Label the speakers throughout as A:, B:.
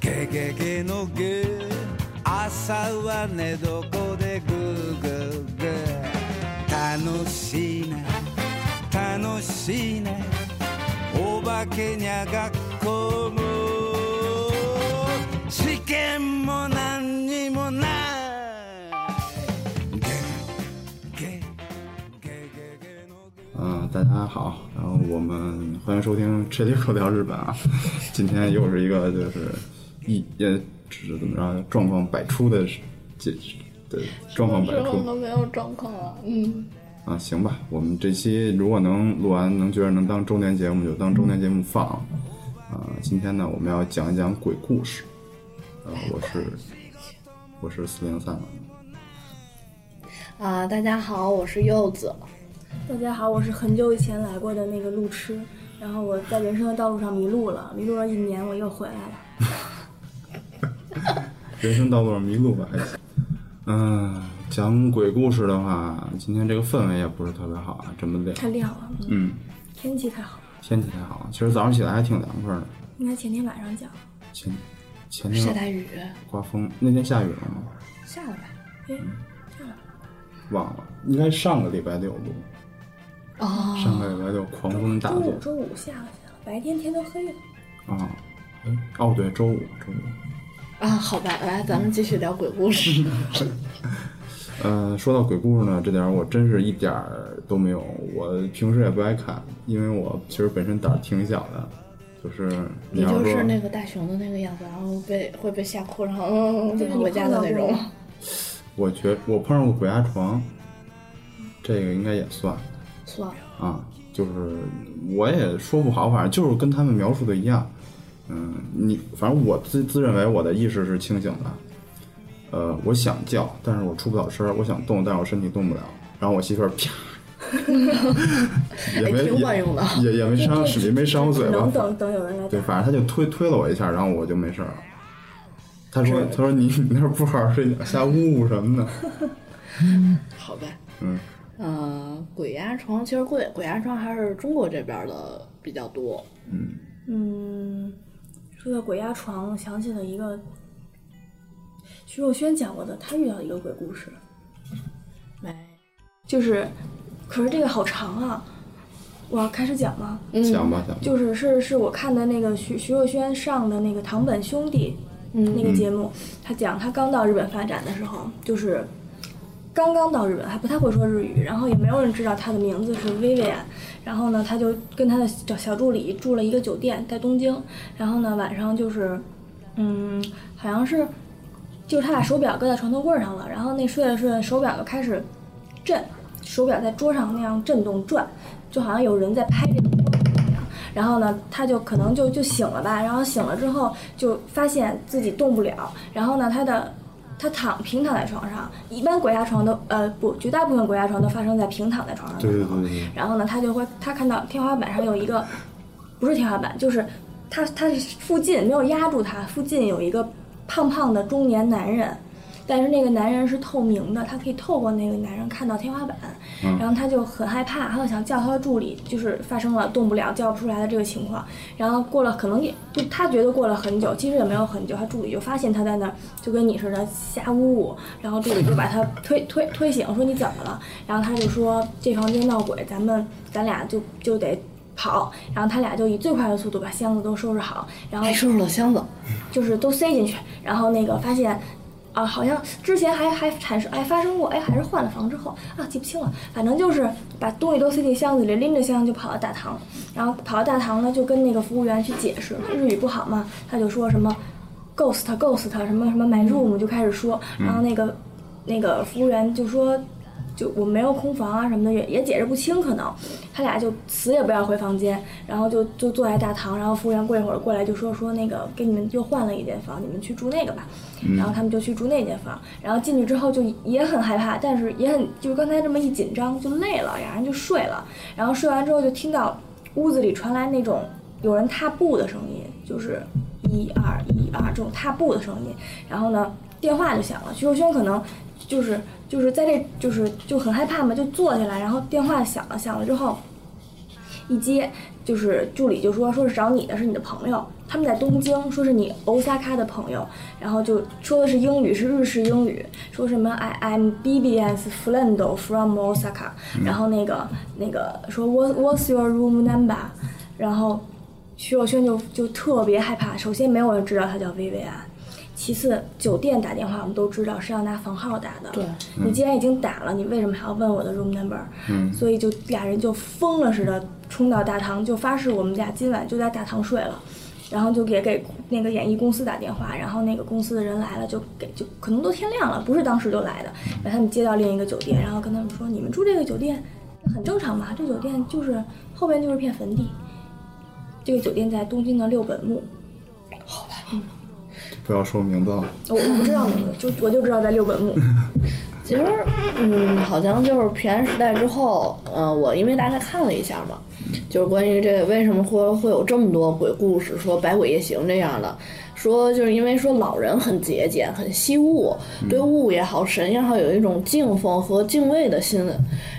A: けけのぐ朝は寝床でぐーぐーぐー楽しいね楽しいねお化けにゃ学校も試験も何にもないゲゲゲゲゲのぐ
B: 嗯、大家好，然后我们欢迎收听《吃力口聊日本》啊， 今天又是一个就是一也是怎么着状况百出的解的状况百
C: 之后
B: 出
C: 都没有状况了，嗯，
B: 啊，行吧，我们这期如果能录完，能觉得能当周年节目就当周年节目放啊。今天呢，我们要讲一讲鬼故事，呃，我是我是四零三，
C: 啊，大家好，我是柚子，
D: 大家好，我是很久以前来过的那个路痴，然后我在人生的道路上迷路了，迷路了一年，我又回来了。
B: 人生道路上迷路吧，还行。嗯，讲鬼故事的话，今天这个氛围也不是特别好啊，这么亮。
D: 太亮了，
B: 嗯，
D: 天气太好了。
B: 天气太好了，其实早上起来还挺凉快的。
D: 应该前天晚上讲，
B: 前前
C: 下
B: 天
C: 大雨，
B: 刮风，那天下雨了吗？
C: 下了吧？
D: 哎，
B: 忘了，应该上个礼拜六录，
C: 哦，
B: 上个礼拜六狂风大
D: 周
B: 作
D: 五周五下了下了，白天天都黑了。
B: 啊。哎，哦对，周五周五。
C: 啊，好吧，来，咱们继续聊鬼故事。
B: 呃，说到鬼故事呢，这点儿我真是一点儿都没有。我平时也不爱看，因为我其实本身胆儿挺小的，就是你
C: 你
B: 要
C: 就
B: 说
C: 是那个大熊的那个样子，然后被会被吓哭，然后嗯，
D: 对
C: 然后回家的那种
D: 你。看
B: 我觉我碰上过鬼压床，这个应该也算
C: 算了，
B: 啊。就是我也说不好，反正就是跟他们描述的一样。嗯，你反正我自自认为我的意识是清醒的，呃，我想叫，但是我出不了声儿；我想动，但是我身体动不了。然后我媳妇儿 啪，也
C: 哎，
B: 没
C: 挺管用的。
B: 也也没伤，也没伤我嘴巴
D: 能，等等有人来
B: 对，
D: 打。
B: 反正他就推推了我一下，然后我就没事儿了。他说：“他说你你那儿不好好睡觉，瞎呜呜什么的。
C: 好吧，
B: 嗯，
C: 呃，鬼压床，其实鬼鬼压床还是中国这边的比较多。
D: 嗯，说到鬼压床，我想起了一个徐若瑄讲过的，她遇到的一个鬼故事。
C: 没，
D: 就是，可是这个好长啊！我要开始讲吗？
C: 嗯
B: 讲吧讲吧，
D: 就是是是我看的那个徐徐若瑄上的那个《堂本兄弟》那个节目，他讲他刚到日本发展的时候，就是刚刚到日本，还不太会说日语，然后也没有人知道他的名字是薇薇安。然后呢，他就跟他的小小助理住了一个酒店，在东京。然后呢，晚上就是，嗯，好像是，就是他把手表搁在床头柜上了，然后那睡着睡着，手表就开始震，手表在桌上那样震动转，就好像有人在拍这个桌子一样。然后呢，他就可能就就醒了吧，然后醒了之后就发现自己动不了，然后呢，他的他躺平躺在床上，一般鬼压床都呃不，绝大部分鬼压床都发生在平躺在床上的
B: 对
D: 时
B: 对
D: 候。
B: 对对，
D: 然后呢，他就会他看到天花板上有一个，不是天花板，就是他他附近没有压住他，附近有一个胖胖的中年男人，但是那个男人是透明的，他可以透过那个男人看到天花板，
B: 嗯
D: 然后他就很害怕，他就想叫他的助理，就是发生了动不了、叫不出来的这个情况。然后过了可能也就他觉得过了很久，其实也没有很久，他助理就发现他在那儿就跟你似的瞎呜呜，然后助理就把他推 推推醒，说你怎么了？然后他就说这房间闹鬼，咱们咱俩就就得。跑，然后他俩就以最快的速度把箱子都收拾好，然后
C: 还收拾了箱子，
D: 就是都塞进去，然后那个发现，啊，好像之前还还产生哎发生过哎，还是换了房之后啊，记不清了，反正就是把东西都塞进箱子里，拎着箱子就跑到大堂，然后跑到大堂呢，就跟那个服务员去解释，他日语不好嘛，他就说什么 ghost ghost 什么什么 my room 就开始说，然后那个那个服务员就说。就我没有空房啊什么的，也也解释不清，可能他俩就死也不要回房间，然后就就坐在大堂，然后服务员过一会儿过来就说说那个给你们又换了一间房，你们去住那个吧，然后他们就去住那间房，然后进去之后就也很害怕，但是也很就是刚才这么一紧张就累了，俩人就睡了，然后睡完之后就听到屋子里传来那种有人踏步的声音，就是一二一二这种踏步的声音。然后呢，电话就响了，徐若瑄可能就是就是在这就是就很害怕嘛，就坐下来，然后电话响了，响了之后。一接，就是助理就说说是找你的，是你的朋友，他们在东京，说是你 Osaka 的朋友，然后就说的是英语，是日式英语，说什么 I I'm BBS friend from Osaka，然后那个那个说 What What's your room number，然后徐若瑄就就特别害怕，首先没有人知道她叫薇薇安。其次，酒店打电话我们都知道是要拿房号打的。
C: 对，
D: 你既然已经打了，你为什么还要问我的 room number？
B: 嗯
D: 所以就俩人就疯了似的冲到大堂，就发誓我们俩今晚就在大堂睡了。然后就也给那个演艺公司打电话，然后那个公司的人来了，就给就可能都天亮了，不是当时就来的，把他们接到另一个酒店，然后跟他们说你们住这个酒店很正常嘛，这酒店就是后边就是片坟地，这个酒店在东京的六本木，
B: 不要说名字了。
D: 我哦我不知道名字，就我就知道在六 本木。
C: 其实，嗯，好像就是平安时代之后，呃，我因为大概看了一下嘛，就是关于这为什么会会有这么多鬼故事，说百鬼夜行这样的，说就是因为说老人很节俭，很惜物，对物也好，神也好，有一种敬奉和敬畏的心。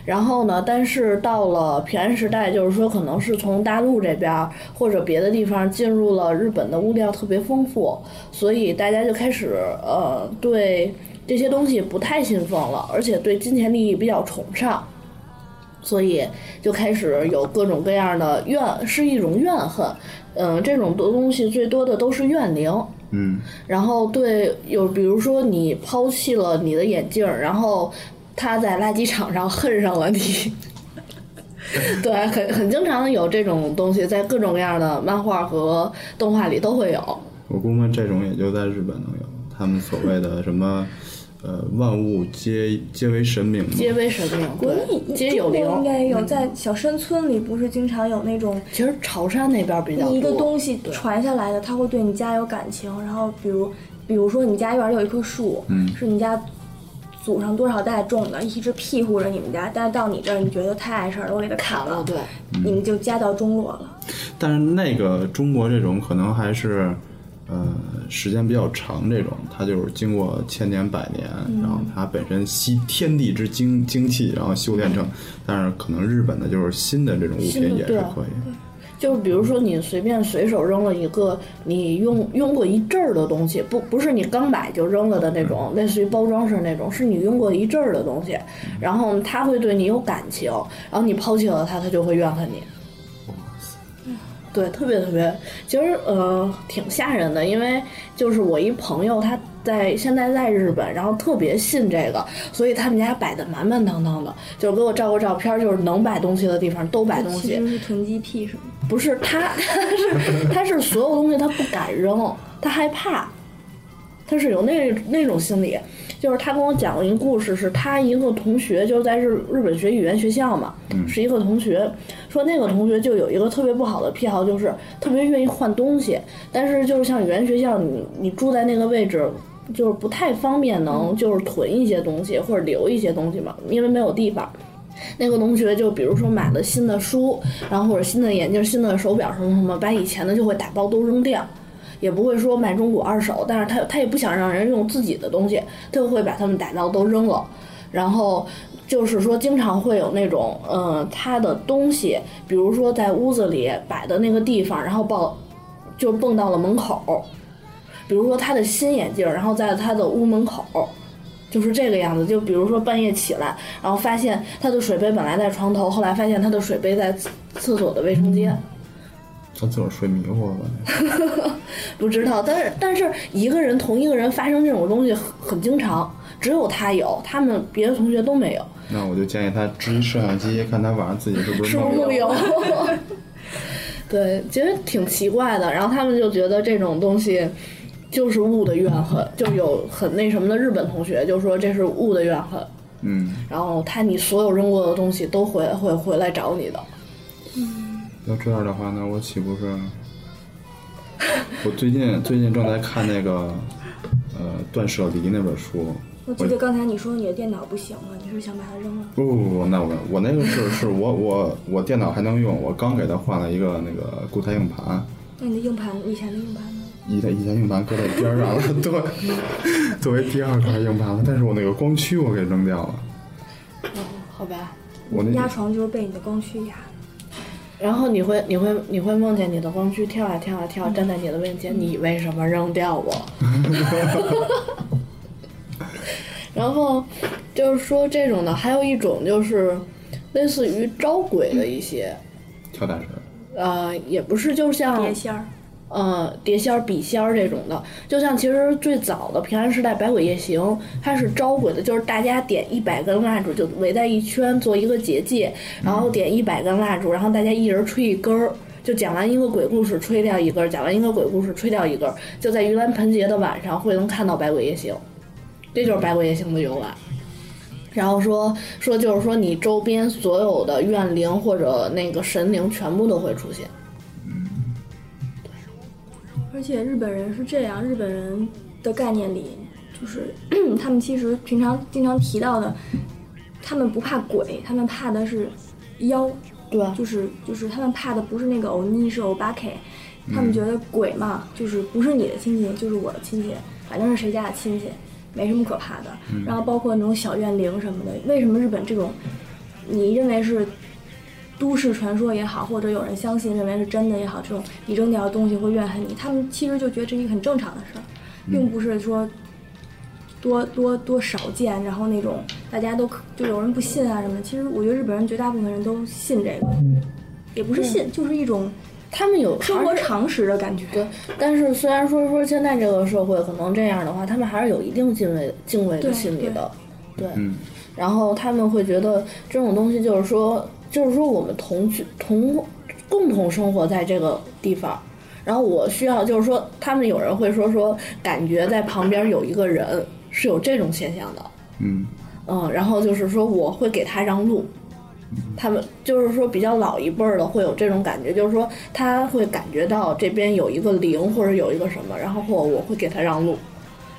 C: 然后呢，但是到了平安时代，就是说可能是从大陆这边儿或者别的地方进入了日本的物料特别丰富，所以大家就开始呃对。这些东西不太信奉了，而且对金钱利益比较崇尚，所以就开始有各种各样的怨，是一种怨恨。嗯，这种多东西最多的都是怨灵。
B: 嗯，
C: 然后对有，比如说你抛弃了你的眼镜，然后他在垃圾场上恨上了你。 对，很很经常有这种东西，在各种各样的漫画和动画里都会有。
B: 我估摸这种也就在日本能有，他们所谓的什么，呃，万物皆皆为神明嘛。
C: 皆为神明，
D: 国
C: 对，
D: 内
C: 皆有嗯
D: 中国
C: 灵。
D: 应该有，在小山村里不是经常有那种
C: 其实潮汕那边比较
D: 嗯
C: 多
D: 一个东西传下来的，它会对你家有感情。然后比如，比如说你家院儿里有一棵树，
B: 嗯
D: 是你家祖上多少代种的，一直庇护着你们家，但是到你这儿你觉得太碍事儿了，我给它砍
C: 砍
D: 了
C: 了，，对，
D: 你们就家道中落了。
B: 但是那个中国这种可能还是，呃，时间比较长，这种它就是经过千年百年，
C: 嗯
B: 然后它本身吸天地之精精气，然后修炼成。但是可能日本的就是新的这种物
C: 新的
B: 品也
C: 对
B: 是
C: 啊
B: 可以。
C: 就比如说你随便随手扔了一个你用用过一阵儿的东西，不不是你刚买就扔了的那种，类似于包装式那种，是你用过一阵儿的东西，然后它会对你有感情，然后你抛弃了它，它就会怨恨你。对，特别特别，其实呃挺吓人的，因为就是我一朋友他在现在在日本，然后特别信这个，所以他们家摆的满满当当的，就是给我照过照片儿，就是能摆东西的地方都摆东
D: 其
C: 西，
D: 实是囤积癖是吗？
C: 不是他， 他是他是所有东西他不敢扔，他害怕，他是有那那种心理。就是他跟我讲了一个故事，是他一个同学，就是在日日本学语言学校嘛，是一个同学，说那个同学就有一个特别不好的癖好，就是特别愿意换东西，但是就是像语言学校，你你住在那个位置。就是不太方便能就是囤一些东西或者留一些东西嘛，因为没有地方。那个同学就比如说买了新的书，然后或者新的眼镜、新的手表什么什么，把以前的就会打包都扔掉，也不会说卖中古二手，但是他他也不想让人用自己的东西，他就会把他们打包都扔了。然后就是说，经常会有那种，呃，他的东西，比如说在屋子里摆的那个地方，然后抱，就蹦到了门口，比如说他的新眼镜，然后在他的屋门口，就是这个样子。就比如说半夜起来，然后发现他的水杯本来在床头，后来发现他的水杯在厕厕所的卫生间，
B: 他自个儿睡迷糊了吧？
C: 不知道。但是但是一个人同一个人发生这种东西很很经常，只有他有，他们别的同学都没有，
B: 那我就建议他支一摄像机，看他晚上自己是不是
C: 是不是
B: 梦
C: 木
B: 游。
C: 有？ 对，觉得挺奇怪的。然后他们就觉得这种东西。就是物的怨恨，就有很那什么的日本同学就说这是物的怨恨，
B: 嗯，
C: 然后他你所有扔过的东西都回会回来找你的。
B: 要这样的话，那我岂不是？我最近最近正在看那个，呃，断舍离那本书。
D: 我记得刚才你说你的电脑不行了，你是想把它扔了？
B: 不不不，那我我那个是是我我我电脑还能用，我刚给它换了一个那个固态硬盘，
D: 那你的硬盘，以前的硬盘呢？
B: 以前以前硬盘搁在边上了， 对，作为第二块硬盘了。但是我那个光驱我给扔掉了，
C: 嗯好吧，
B: 我
D: 压
B: 那
D: 床就是被你的光驱压的。
C: 然后你会你会你会梦见你的光驱跳啊跳啊跳，站在你的面前，你为什么扔掉我？然后就是说这种的，还有一种就是类似于招鬼的一些，
B: 跳大神，
C: 呃，也不是，就像
D: 碟仙儿，
C: 呃碟仙儿、笔仙儿这种的，就像其实最早的平安时代《百鬼夜行》，它是招鬼的，就是大家点一百根蜡烛，就围在一圈做一个结界，然后点一百根蜡烛，然后大家一人吹一根儿。就讲完一个鬼故事，吹掉一根儿；讲完一个鬼故事，吹掉一根儿。就在盂兰盆节的晚上，会能看到《百鬼夜行》，这就是《百鬼夜行》的由来。然后说说就是说，你周边所有的怨灵或者那个神灵全部都会出现。
D: 而且日本人是这样，日本人的概念里，就是 他们其实平常经常提到的，他们不怕鬼，他们怕的是妖，
C: 对吧？
D: 就是就是他们怕的不是那个欧尼，是欧巴 K，他们觉得鬼嘛，就是不是你的亲戚，就是我的亲戚，反正是谁家的亲戚，没什么可怕的。然后包括那种小怨灵什么的，为什么日本这种你认为是都市传说也好，或者有人相信认为是真的也好，这种你扔掉的东西会怨恨你，他们其实就觉得这是一个很正常的事儿，并不是说多多多少见，然后那种大家都可就有人不信啊什么的。其实我觉得日本人绝大部分人都信这个，也不是信，就是一种
C: 他们有
D: 生活
C: 还是
D: 常识的感觉。
C: 对，但是虽然说说现在这个社会可能这样的话，他们还是有一定敬畏敬畏的
D: 对
C: 心理的，对。
B: 嗯
C: 然后他们会觉得这种东西就是说，就是说我们同居同共同生活在这个地方，然后我需要就是说，他们有人会说说感觉在旁边有一个人是有这种现象的，
B: 嗯，
C: 嗯，然后就是说我会给他让路，他们就是说比较老一辈儿的会有这种感觉，就是说他会感觉到这边有一个零或者有一个什么，然后或我会给他让路，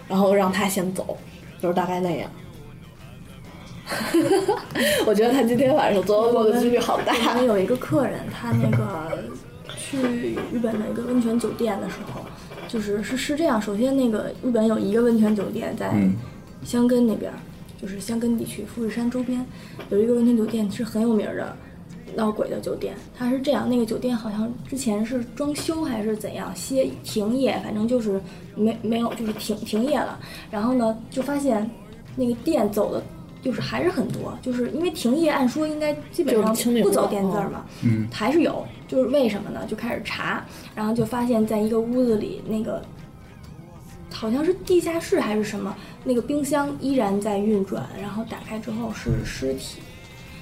C: 然后让他先走，就是大概那样。 我觉得他今天晚上做噩梦的几率好大。
D: 我们有一个客人，他那个去日本的一个温泉酒店的时候，就是是是这样。首先，那个日本有一个温泉酒店在
B: 嗯
D: 箱根那边儿，就是箱根地区富士山周边有一个温泉酒店是很有名儿的闹鬼的酒店。它是这样，那个酒店好像之前是装修还是怎样歇停业，反正就是没没有就是停停业了。然后呢，就发现那个店走的。就是还是很多，就是因为停业，按说应该基本上
C: 就是清理
D: 不走
C: 了
D: 店字儿
C: 嗯
D: 嘛，还是有，就是为什么呢？就开始查，然后就发现在一个屋子里，那个好像是地下室还是什么，那个冰箱依然在运转，然后打开之后是尸体，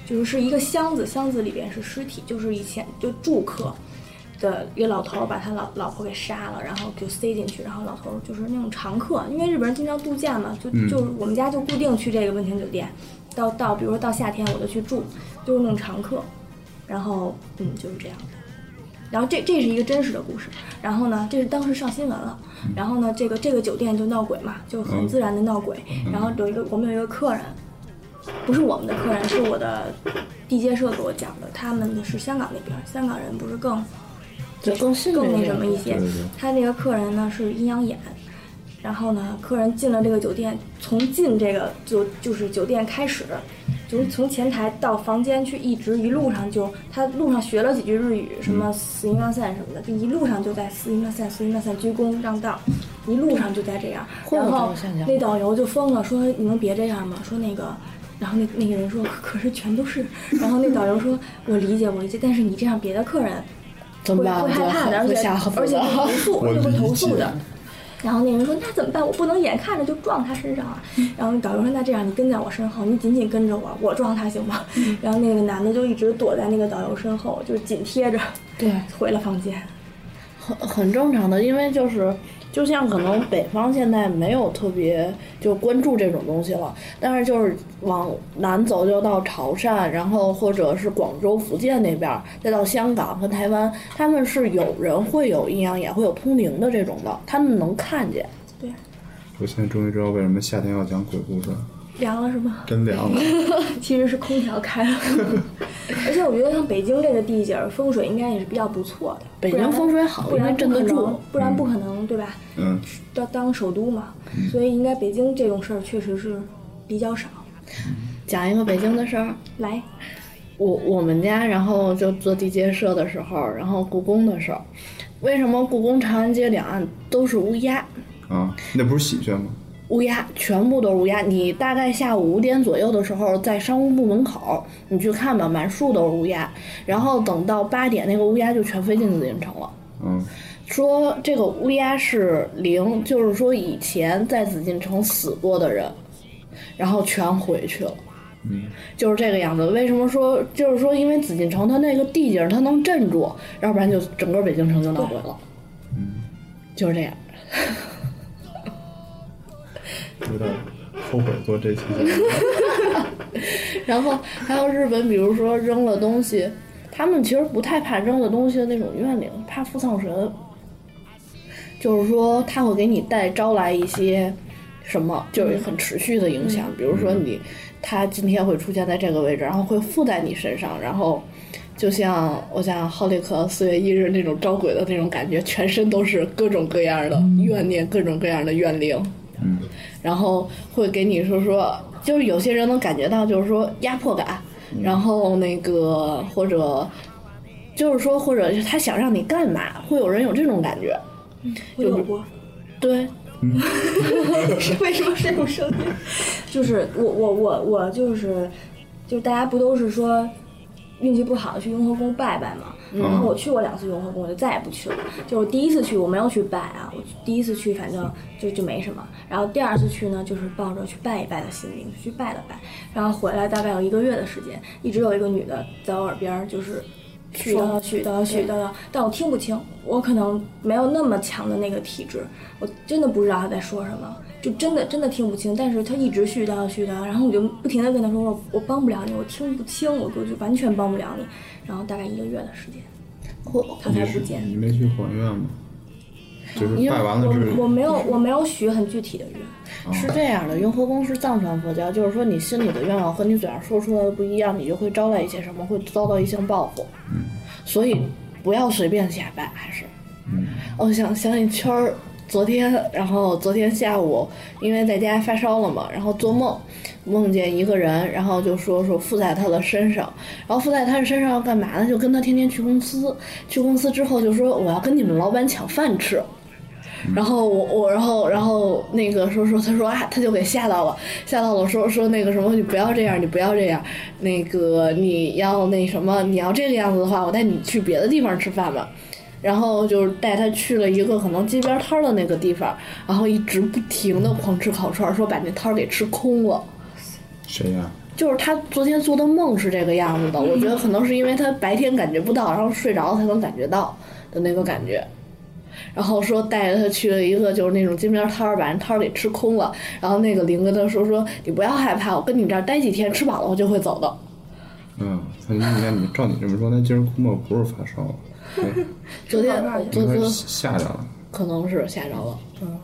D: 就是是一个箱子，箱子里边是尸体，就是以前就住客的一个老头儿把他老老婆给杀了，然后就塞进去，然后老头儿就是那种常客，因为日本人经常度假嘛，就就是我们家就固定去这个温泉酒店，到到比如说到夏天我就去住，就是那种常客，然后嗯就是这样的。然后这这是一个真实的故事，然后呢，这是当时上新闻了，
B: 嗯
D: 然后呢，这个这个酒店就闹鬼嘛，就很自然的闹鬼。
B: 嗯
D: 然后有一个我们有一个客人，不是我们的客人，是我的地接社给我讲的，他们的是香港那边儿，香港人不是更
C: 就更信任
D: 更那
C: 这
D: 什么
C: 个
D: 一些
B: 对对对。
D: 他那个客人呢是阴阳眼，然后呢，客人进了这个酒店，从进这个酒就是酒店开始，就是从前台到房间去，一直一路上就他路上学了几句日语，什
C: 嗯
D: 么死因万散什么的，就一路上就在死因万散死因万散鞠躬让道，一路上就在这样。
C: 会有
D: 然
C: 这
D: 后
C: 种现象
D: 那导游就疯了，说你能别这样吗？说那个。然后那那个人说，可可是全都是。 然后那导游说，我理解，我理解，但是你这样别的客人
C: 怎么
D: 会
C: 办？
D: 嗯啊会害怕的，而
C: 会
D: 且
C: 吓唬
D: 而且
C: 的
D: 会投诉，
B: 我
D: 而且会
B: 理
D: 投诉
B: 解
D: 的。然后那人说：“那怎么办？我不能眼看着就撞他身上啊！”然后导游说：“那这样，你跟在我身后，你紧紧跟着我，我撞他行吗？”然后那个男的就一直躲在那个导游身后，就是紧贴着，
C: 对，
D: 回了房间。
C: 很很正常的，因为就是就像可能北方现在没有特别就关注这种东西了，但是就是往南走就到潮汕，然后或者是广州、福建那边儿，再到香港和台湾，他们是有人会有阴阳眼，会有通灵的这种的，他们能看见。
D: 对，
B: 我现在终于知道为什么夏天要讲鬼故事了，
D: 凉了是 吗？
B: 真凉了。
D: 其实是空调开了。而且我觉得像北京这个地界儿，风水应该也是比较不错的。
C: 北
D: 不然
C: 京风水好
D: 不然
C: 因为镇得
D: 不可
C: 住
D: 能不然不可能，对吧？
B: 嗯，
D: 要当首都嘛，所以应该北京这种事儿确实是比较少。
C: 讲一个北京的事儿，
D: 来，
C: 我我们家，然后就做地接社的时候，然后故宫的时候，为什么故宫长安街两岸都是乌鸦？
B: 啊，那不是喜鹊吗？
C: 乌鸦，全部都是乌鸦。你大概下午五点左右的时候，在商务部门口，你去看吧，满树都是乌鸦。然后等到八点，那个乌鸦就全飞进紫禁城了。
B: 嗯，
C: 说这个乌鸦是灵，就是说以前在紫禁城死过的人，然后全回去了。就是这个样子。为什么说就是说，因为紫禁城它那个地景它能镇住，要不然就整个北京城就闹鬼了。就是这样。
B: 有点后悔做这期节 目。
C: 然后还有日本，比如说扔了东西，他们其实不太怕扔了东西的那种怨灵，怕附丧神。就是说，他会给你带招来一些什么，就是很持续的影响。比如说你，他今天会出现在这个位置，然后会附在你身上，然后就像我想浩利克四月一日那种招鬼的那种感觉，全身都是各种各样的怨念，各种各样的怨灵。然后会给你说说，就是有些人能感觉到，就是说压迫感，然后那个或者就是说或者他想让你干嘛，会有人有这种感觉，
D: 我有过。
C: 对，
D: 为什么是这种声音？就是我我我我就是，就是大家不都是说运气不好去雍和宫拜拜吗？然后我去过两次雍和宫，我就再也不去了。就是第一次去我没有去拜啊，我第一次去反正就就没什么。然后第二次去呢，就是抱着去拜一拜的心情去拜了拜，然后回来大概有一个月的时间，一直有一个女的在我耳边儿就是絮
C: 说
D: 叨絮叨絮叨叨，但我听不清，我可能没有那么强的那个体质，我真的不知道他在说什么，就真的真的听不清。但是他一直絮叨絮叨，然后我就不停的跟他说，我我帮不了你，我听不清，我就就完全帮不了你。然后大概一个月的时间，
C: 或
D: 他
B: 你
D: 才不
B: 是
D: 见。
B: 你没去还愿吗？就是
C: 因为
B: 拜完了是
D: 我我没有我没有许很具体的愿，
C: 是这样的，雍和宫是藏传佛教，就是说你心里的愿望和你嘴上说出来的不一样，你就会招来一些什么，会遭到一些报复。所以不要随便下拜，还是。我想想起圈儿昨天，然后昨天下午因为在家发烧了嘛，然后做梦梦见一个人，然后就说说附在他的身上，然后附在他的身上要干嘛呢？就跟他天天去公司，去公司之后就说我要跟你们老板抢饭吃。然后我我然后然后那个说说他说啊他就给吓到了吓到了说说那个什么你不要这样你不要这样那个你要那什么你要这个样子的话我带你去别的地方吃饭吧，然后就是带他去了一个可能街边摊儿的那个地方，然后一直不停的狂吃烤串儿，说把那摊儿给吃空了。
B: 谁呀、
C: 就是他昨天做的梦是这个样子的，我觉得可能是因为他白天感觉不到，然后睡着了才能感觉到的那个感觉。然后说带着他去了一个就是那种街边摊儿，把人摊儿给吃空了。然后那个林跟他说说你不要害怕，我跟你这儿待几天，吃饱了我就会走的。
B: 嗯，那你看你照你这么说，那今儿估摸不是发烧了，对
C: 昨天
D: 吃饱了
C: 昨
B: 应该
C: 昨
B: 是吓着了。
C: 可能是吓着了，嗯，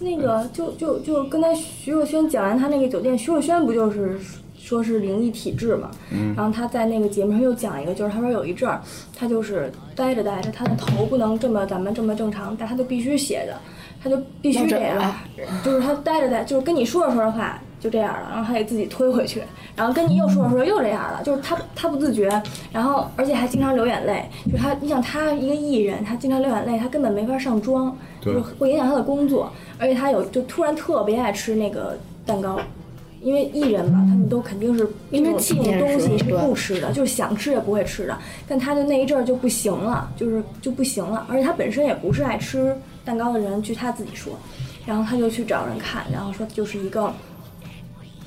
D: 那个就就就跟他徐若瑄讲完他那个酒店，徐若瑄不就是说是灵异体质嘛？然后他在那个节目上又讲一个，就是他说有一阵儿，他就是呆着呆着，他的头不能这么咱们这么正常，但他就必须斜着，他就必须这
C: 要整
D: 样
C: 啊，
D: 就是他呆着呆，就是跟你说着说着话就这样了，然后他给自己推回去，然后跟你又说着说着又这样了，就是他他不自觉，然后而且还经常流眼泪，就是他，你想他一个艺人，他经常流眼泪，他根本没法上妆，就
B: 对
D: 是会影响他的工作，而且他有就突然特别爱吃那个蛋糕。因为艺人嘛，他们都肯定是
C: 嗯因为
D: 这种
C: 纪
D: 这种
C: 念
D: 东西
C: 日
D: 是
C: 对
D: 不吃的，就是想吃也不会吃的。但他就那一阵儿就不行了，就是就不行了。而且他本身也不是爱吃蛋糕的人，据他自己说，然后他就去找人看，然后说就是一个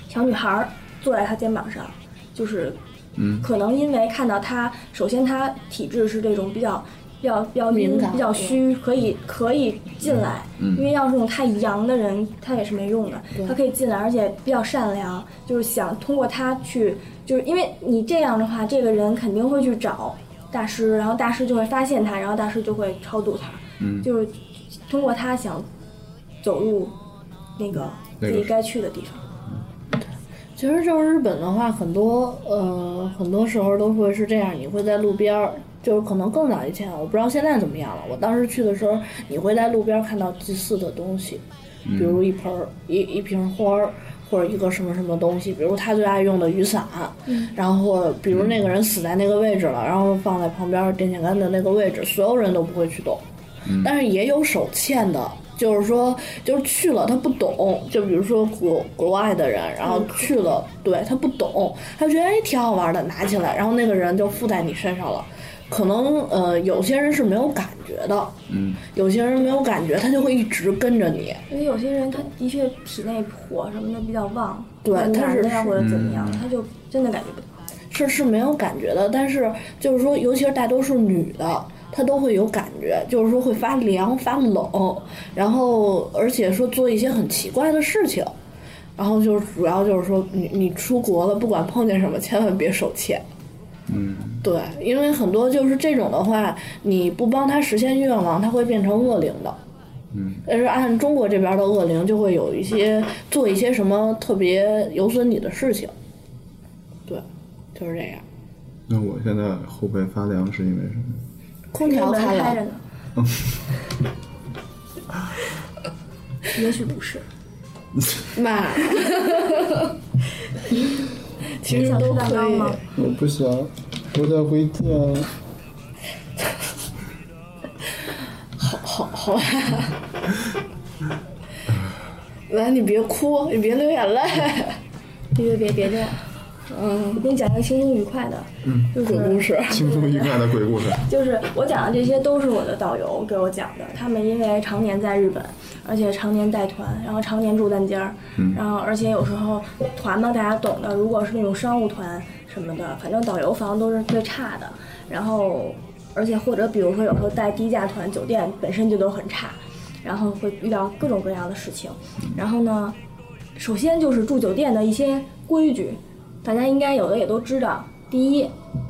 D: 小女孩儿坐在他肩膀上，就是，
B: 嗯
D: 可能因为看到他，首先他体质是这种比较。比较比较阴
C: 敏感
D: 比较虚，可以可以进来，
B: 嗯
D: 因为要是那种太阳的人，他也是没用的。他可以进来，而且比较善良，就是想通过他去，就是因为你这样的话，这个人肯定会去找大师，然后大师就会发现他，然后大师就会超度他。嗯，就是通过他想走入那个
B: 那
D: 自
B: 个
D: 己
B: 是
D: 该去的地方。
C: 其实就是日本的话，很多呃，很多时候都会是这样，你会在路边儿，就是可能更早以前，我不知道现在怎么样了。我当时去的时候，你会在路边儿看到祭祀的东西，比如一盆儿、一一瓶花儿，或者一个什么什么东西，比如他最爱用的雨伞，然后或者比如那个人死在那个位置了，然后放在旁边电线杆的那个位置，所有人都不会去动，但是也有手欠的。就是说，就是去了他不懂，就比如说国国外的人，然后去了，对他不懂，他觉得哎挺好玩的，拿起来，然后那个人就附在你身上了。可能呃，有些人是没有感觉的，
B: 嗯，
C: 有些人没有感觉，他就会一直跟着你。
D: 因为有些人他的确体内火什么的比较旺，
C: 对
D: 敏
C: 他
D: 感
C: 是嗯
D: 呀或者怎么样，他就真的感觉不到。
C: 是是没有感觉的，但是就是说，尤其是大多数女的，她都会有感觉，就是说会发凉、发冷，然后而且说做一些很奇怪的事情，然后就是主要就是说你你出国了，不管碰见什么，千万别手欠。
B: 嗯，
C: 对，因为很多就是这种的话，你不帮他实现愿望，他会变成恶灵的。
B: 嗯，
C: 但是按中国这边的恶灵，就会有一些做一些什么特别有损你的事情。对，就是这样。
B: 那我现在后背发凉是因为什么？
C: 空调
D: 门
C: 开
D: 开着
C: 了，
D: 呢。也许不 是，
C: 妈，其
D: 你
C: 实
D: 想吃
C: 都
D: 蛋
C: 可
D: 糕
C: 以。
D: 吗？
B: 我不想，我想回家。
C: 好好吧， 来，你别哭，你别流眼 泪。
D: 别别别别这样。嗯，我给你讲一个轻松愉快的，就是
C: 鬼故事，
B: 轻松愉快的鬼故事，
D: 就是我讲的这些都是我的导游给我讲的，他们因为常年在日本，而且常年带团，然后常年住单间儿，然后而且有时候团嘛，大家懂的，如果是那种商务团什么的，反正导游房都是最差的，然后而且或者比如说有时候带低价团，酒店本身就都很差，然后会遇到各种各样的事情，然后呢，首先就是住酒店的一些规矩，大家应该有的也都知道，第一，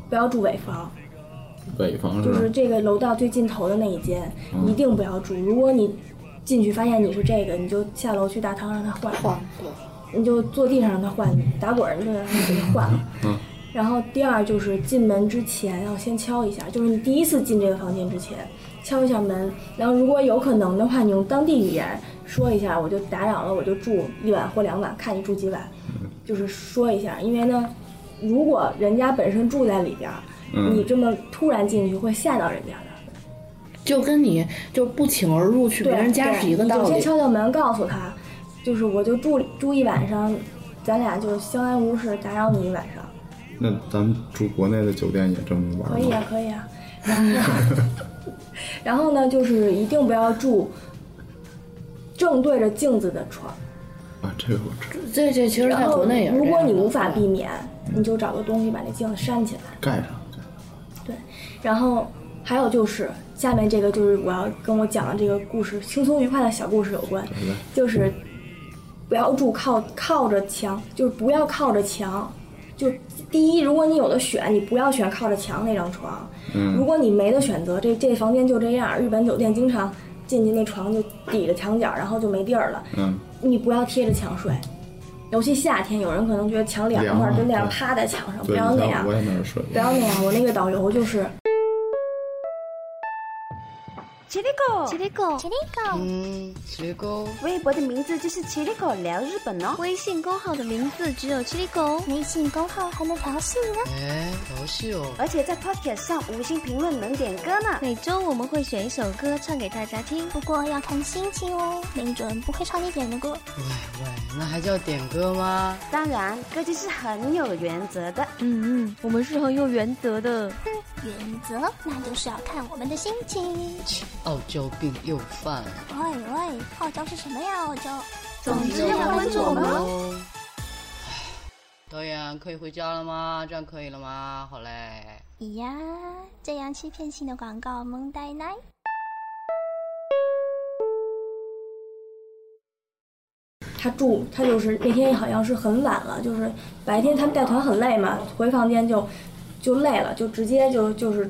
D: 不要住尾房。
B: 北方是
D: 就
B: 吧
D: 是这个楼道最尽头的那一间，
B: 嗯
D: 一定不要住。如果你进去发现你是这个，你就下楼去大堂让他换，
C: 晃
D: 你就坐地上让他换，你打滚儿你就让他给你换了。
B: 嗯
D: 然后第二就是进门之前要先敲一下，就是你第一次进这个房间之前敲一下门，然后如果有可能的话，你用当地语言说一下，我就打扰了，我就住一晚或两晚，看你住几晚，就是说一下，因为呢，如果人家本身住在里边儿，
B: 嗯
D: 你这么突然进去会吓到人家的。
C: 就跟你就不请而入去别
D: 对，
C: 嗯
D: 啊
C: 人家
D: 对
C: 是一个
D: 你
C: 道
D: 就先
C: 理。
D: 敲敲门，告诉他，就是我就住住一晚上，咱俩就相安无事，打扰你一晚上，
B: 那咱们住国内的酒店也这么玩吗？
D: 可以啊，可以啊。然后， 然后呢，就是一定不要住正对着镜子的床。
B: 啊，这个我知道，
C: 这这其实在
D: 然后
C: 国内也，是这样的。
D: 如果你无法避免，你就找个东西把那镜子扇起来。
B: 盖上。盖上
D: 对，然后还有就是下面这个就是我要跟我讲的这个故事，轻松愉快的小故事有关
B: 来，
D: 就是不要住靠靠着墙，就是不要靠着墙。就第一，如果你有的选，你不要选靠着墙那张床。
B: 嗯
D: 如果你没得选择，这这房间就这样。日本酒店经常进去那床就抵着墙角，然后就没地儿了。
B: 嗯，
D: 你不要贴着墙睡，尤其夏天，有人可能觉得墙凉
B: 凉
D: 快，
B: 啊
D: 就那样
B: 对
D: 趴在墙上，不
B: 对，
D: 要
B: 你
D: 那
B: 像
D: 样
B: 我。也没人睡。
D: 不要那样，我那个导游就是
E: 奇里狗，
F: 奇里狗
E: 奇，里狗，
G: 嗯，切糕。
E: 微博的名字就是奇里狗聊日本哦，
F: 微信公号的名字只有奇里狗。
E: 微信公号还能调戏呢，
G: 哎，游戏哦。
E: 而且在 Podcast 上五星评论能点歌呢。
F: 每周我们会选一首歌唱给大家听，
H: 不过要看心情哦，没准不会唱你点的歌。
G: 喂喂，那还叫点歌吗？
E: 当然，歌姬是很有原则的，
F: 嗯嗯，我们是很有原则的。
H: 原则那就是要看我们的心情。
G: 切傲娇病又犯了。
H: 喂喂，傲娇是什么呀？傲娇，
E: 总
F: 之要关注我们
E: 哦。
G: 哦。导演可以回家了吗？这样可以了吗？好嘞。
H: 咿哎呀，这样欺骗性的广告萌呆奶。
D: 他住，他就是那天好像是很晚了，就是白天他们带团很累嘛，回房间就就累了，就直接就就是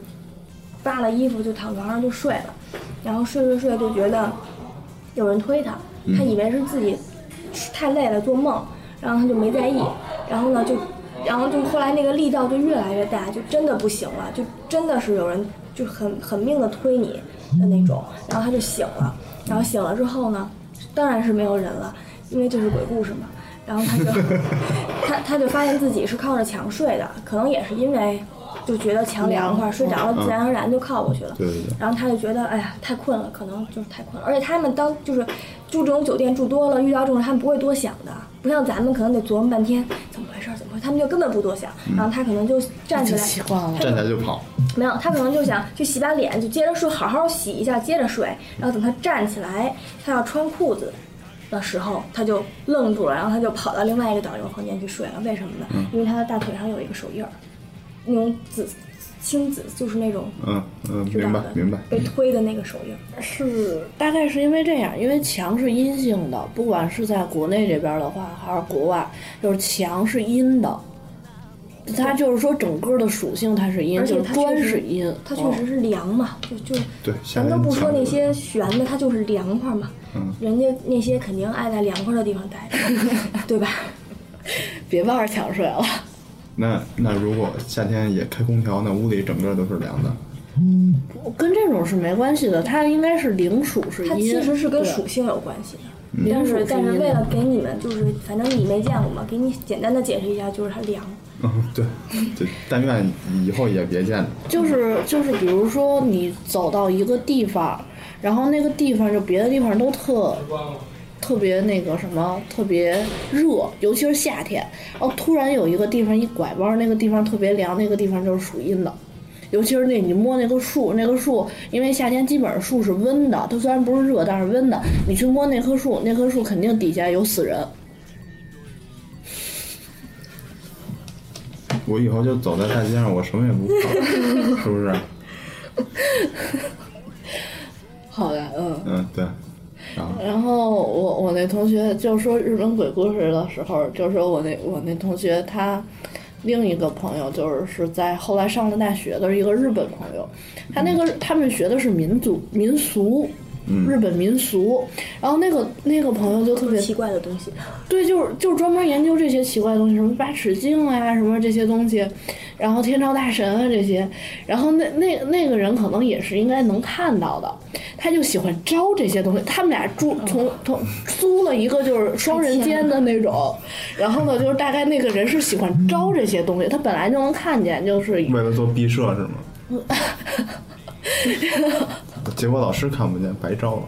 D: 扒了衣服就躺床上就睡了，然后睡睡睡就觉得有人推他，他以为是自己太累了做梦，然后他就没在意，然后呢就，然后就后来那个力道就越来越大，就真的不行了，就真的是有人就很狠命的推你的那种，然后他就醒了，然后醒了之后呢，当然是没有人了，因为这是鬼故事嘛，然后他就 他他就发现自己是靠着墙睡的，可能也是因为就觉得墙凉快，睡着了自然而然就靠过去了。
B: 嗯对对对，
D: 然后他就觉得，哎呀，太困了，可能就是太困了。而且他们当就是住这种酒店住多了，遇到这种他们不会多想的，不像咱们可能得琢磨半天怎么回事儿，怎么回事儿，他们就根本不多想。
B: 嗯
D: 然后他可能就站起
I: 就
D: 来，
I: 习惯了。
B: 站起来就跑，
D: 没有，他可能就想去洗把脸，就接着睡，好好洗一下，接着睡。然后等他站起来，他要穿裤子的时候，他就愣住了，然后他就跑到另外一个导游房间去睡了。为什么呢？
B: 嗯
D: 因为他的大腿上有一个手印儿，那种紫青紫，就是那种
B: 嗯嗯，
D: 知道
B: 明白
D: 的，
B: 明白，
D: 被推的那个手印儿。
C: 是大概是因为这样，因为墙是阴性的，不管是在国内这边的话，还是国外，就是墙是阴的。它就是说整个的属性它是阴，
D: 而且
C: 就
D: 它
C: 是
D: 确
C: 官
D: 实
C: 是阴，
D: 它
C: 嗯
D: 确实是凉嘛，就就
B: 对，夏
D: 咱
B: 天
D: 都不说
B: 强
D: 那
B: 度
D: 些悬的，它就是凉快嘛。
B: 嗯
D: 人家那些肯定爱在凉快的地方 待着，对吧？
C: 哦别抱着墙睡了。
B: 那那如果夏天也开空调，那屋里整个都是凉的。
C: 跟这种是没关系的，它应该是零属是
D: 它
C: 阴，
D: 其实是跟
C: 对
D: 属性有关系的。
C: 零
D: 但
C: 属
D: 是但是为了
C: 阴
D: 给你们，就是反正你没见过嘛，给你简单的解释一下，就是它凉。
B: 嗯，对，对，但愿以后也别见了。
C: 就是就是比如说你走到一个地方，然后那个地方就别的地方都特。特别那个什么，特别热，尤其是夏天。然后突然有一个地方一拐弯，那个地方特别凉，那个地方就是属阴的。尤其是那你摸那个树，那个树，因为夏天基本上树是温的，它虽然不是热，但是温的。你去摸那棵树，那棵树肯定底下有死人。
B: 我以后就走在大街上，我什么也不怕，是不是？
C: 好的，嗯。
B: 嗯，对。然后
C: 然后我我那同学就说日本鬼故事的时候，就说我那我那同学他另一个朋友就是是在后来上了大学的一个日本朋友，他那个他们学的是民族民俗。日本民俗，然后那个那个朋友就特别
D: 奇怪的东西，
C: 对，就是就是专门研究这些奇怪的东西，什么八尺镜啊，什么这些东西，然后天照大神啊这些，然后那那那个人可能也是应该能看到的，他就喜欢招这些东西。他们俩住从从租了一个就是双人间的那种，然后呢，就是大概那个人是喜欢招这些东西，他本来就能看见，就是
B: 为了做毕设是吗？ 结果老师看不见，白招了。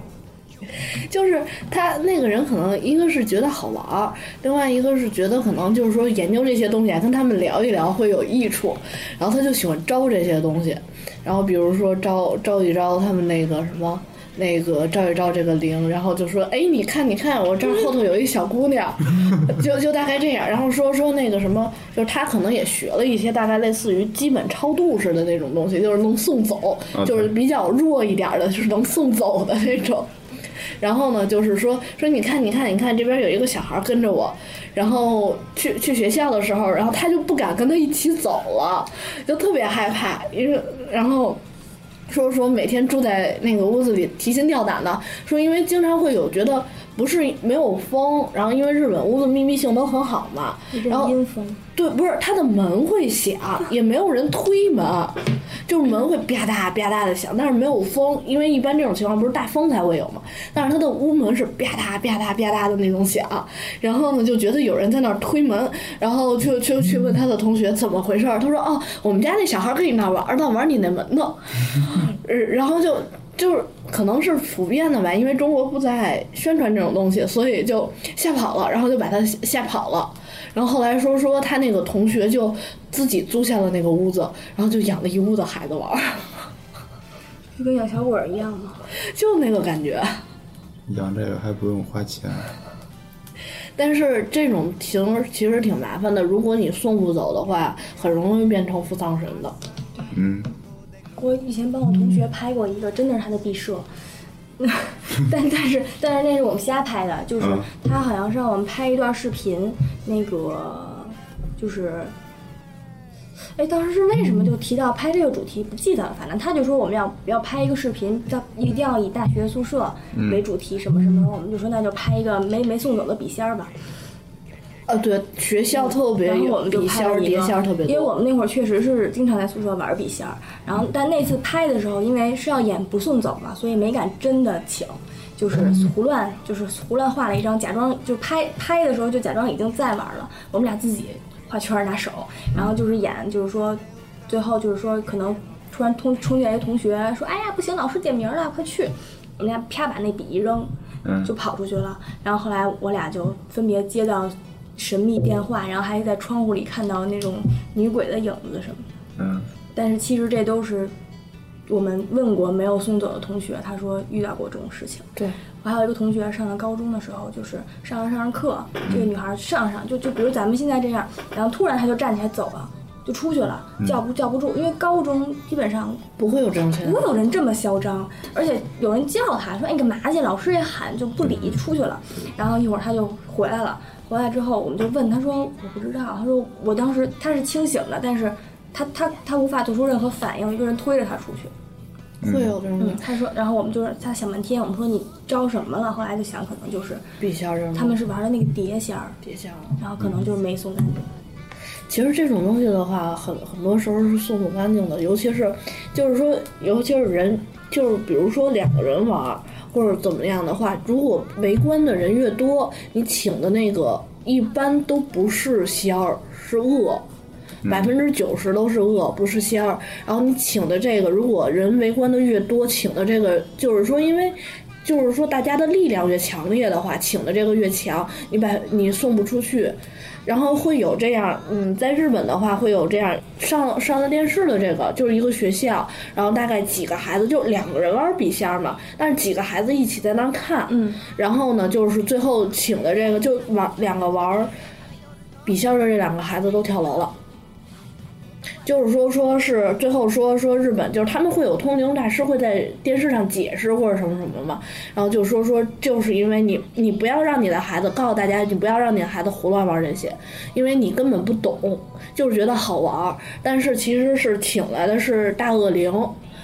C: 就是他那个人可能一个是觉得好玩儿，另外一个是觉得可能就是说研究这些东西啊，跟他们聊一聊会有益处，然后他就喜欢招这些东西，然后比如说招招一招他们那个什么。那个照一照这个铃，然后就说：“哎，你看，你看，我这儿后头有一小姑娘， 就就大概这样。”然后说说那个什么，就是他可能也学了一些大概类似于基本超度似的那种东西，就是能送走，
B: 啊
C: 就是
B: 对
C: 比较弱一点儿的，就是能送走的那种。然后呢，就是说说你看你看你看，这边有一个小孩跟着我，然后去去学校的时候，然后他就不敢跟他一起走了，就特别害怕，因为然后。说说每天住在那个屋子里提心吊胆的，说因为经常会有觉得不是没有风，然后因为日本屋子密闭性都很好嘛，然后
D: 阴风。
C: 对，不是它的门会响，也没有人推门，就是门会吧嗒吧嗒的响，但是没有风，因为一般这种情况不是大风才会有嘛。但是它的屋门是吧嗒吧嗒吧嗒的那种响，然后呢就觉得有人在那儿推门，然后就去去问他的同学怎么回事儿，他说哦，我们家那小孩跟你那儿玩儿哦呢，玩儿你那门呢，呃然后就。就是可能是普遍的吧，因为中国不在宣传这种东西，所以就吓跑了，然后就把他吓吓跑了。然后后来说说他那个同学就自己租下了那个屋子，然后就养了一屋子孩子玩儿，
D: 就跟养小鬼儿一样嘛，
C: 就那个感觉。
B: 养这个还不用花钱，
C: 但是这种挺其实挺麻烦的，如果你送不走的话，很容易变成扶丧神的。
B: 嗯，
D: 我以前帮我同学拍过一个，真的是他的毕设。但但是但是那是我们瞎拍的，就是
B: 嗯
D: 他好像是让我们拍一段视频，那个就是，哎，当时是为什么就提到拍这个主题不记得了，反正他就说我们要要拍一个视频，要一定要以大学宿舍为主题，什么什么，我们就说那就拍一个没没送走的笔仙儿吧。
C: 啊，对，学校特别
D: 嗯然后我
C: 有
D: 们就
C: 笔
D: 拍
C: 仙儿、
D: 了一
C: 碟
D: 个
C: 仙儿特别多，嗯
D: 因为我们那会儿确实是经常在宿舍玩笔仙儿，然后但那次拍的时候，因为是要演不送走嘛，所以没敢真的请，就是胡乱就是胡乱画了一张，假装就拍拍的时候就假装已经在玩了，我们俩自己画圈儿拿手，然后就是演就是说，最后就是说可能突然冲冲进来一同学说，哎呀不行，老师点名了，快去，我们俩啪把那笔一扔，
B: 嗯
D: 就跑出去了。然后后来我俩就分别接到神秘电话，然后还在窗户里看到那种女鬼的影子什么的。
B: 嗯，
D: 但是其实这都是我们问过没有送走的同学，他说遇到过这种事情。
C: 对，
D: 我还有一个同学上了高中的时候，就是上着上着课，这个女孩上上就就比如咱们现在这样，然后突然她就站起来走了。就出去了，叫不叫不住，因为高中基本上
C: 不会有这种情
D: 不会有
C: 况。
D: 人这么嚣张，而且有人叫他说：“哎，你干嘛去？”老师也喊，就不理，就出去了。然后一会儿他就回来了，回来之后我们就问他说：“我不知道。”他说：“我当时他是清醒的，但是他他他无法做出任何反应，一个人推着他出去。”
C: 会有这种
D: 嗯，他说，然后我们就是他想半天，我们说你招什么了？后来就想可能就是
C: 笔仙儿这种，
D: 他们是玩的那个碟仙儿，
C: 别想了。
D: 然后可能就是没送干净。
C: 其实这种东西的话，很很多时候是送不干净的，尤其是就是说，尤其是人，就是比如说两个人玩儿或者怎么样的话，如果围观的人越多，你请的那个一般都不是仙儿，是恶。百分之九十都是恶，不是仙儿。然后你请的这个，如果人围观的越多，请的这个就是说，因为就是说大家的力量越强烈的话，请的这个越强，你把你送不出去，然后会有这样，嗯，在日本的话会有这样上上了电视的这个，就是一个学校，然后大概几个孩子就两个人玩笔仙儿嘛，但是几个孩子一起在那儿看，
D: 嗯，
C: 然后呢，就是最后请的这个就玩两个玩笔仙儿的这两个孩子都跳楼了。就是说，说是最后说说日本，就是他们会有通灵大师会在电视上解释或者什么什么嘛，然后就说说就是因为你你不要让你的孩子告诉大家，你不要让你的孩子胡乱玩这些，因为你根本不懂，就是觉得好玩儿，但是其实是请来的是大恶灵。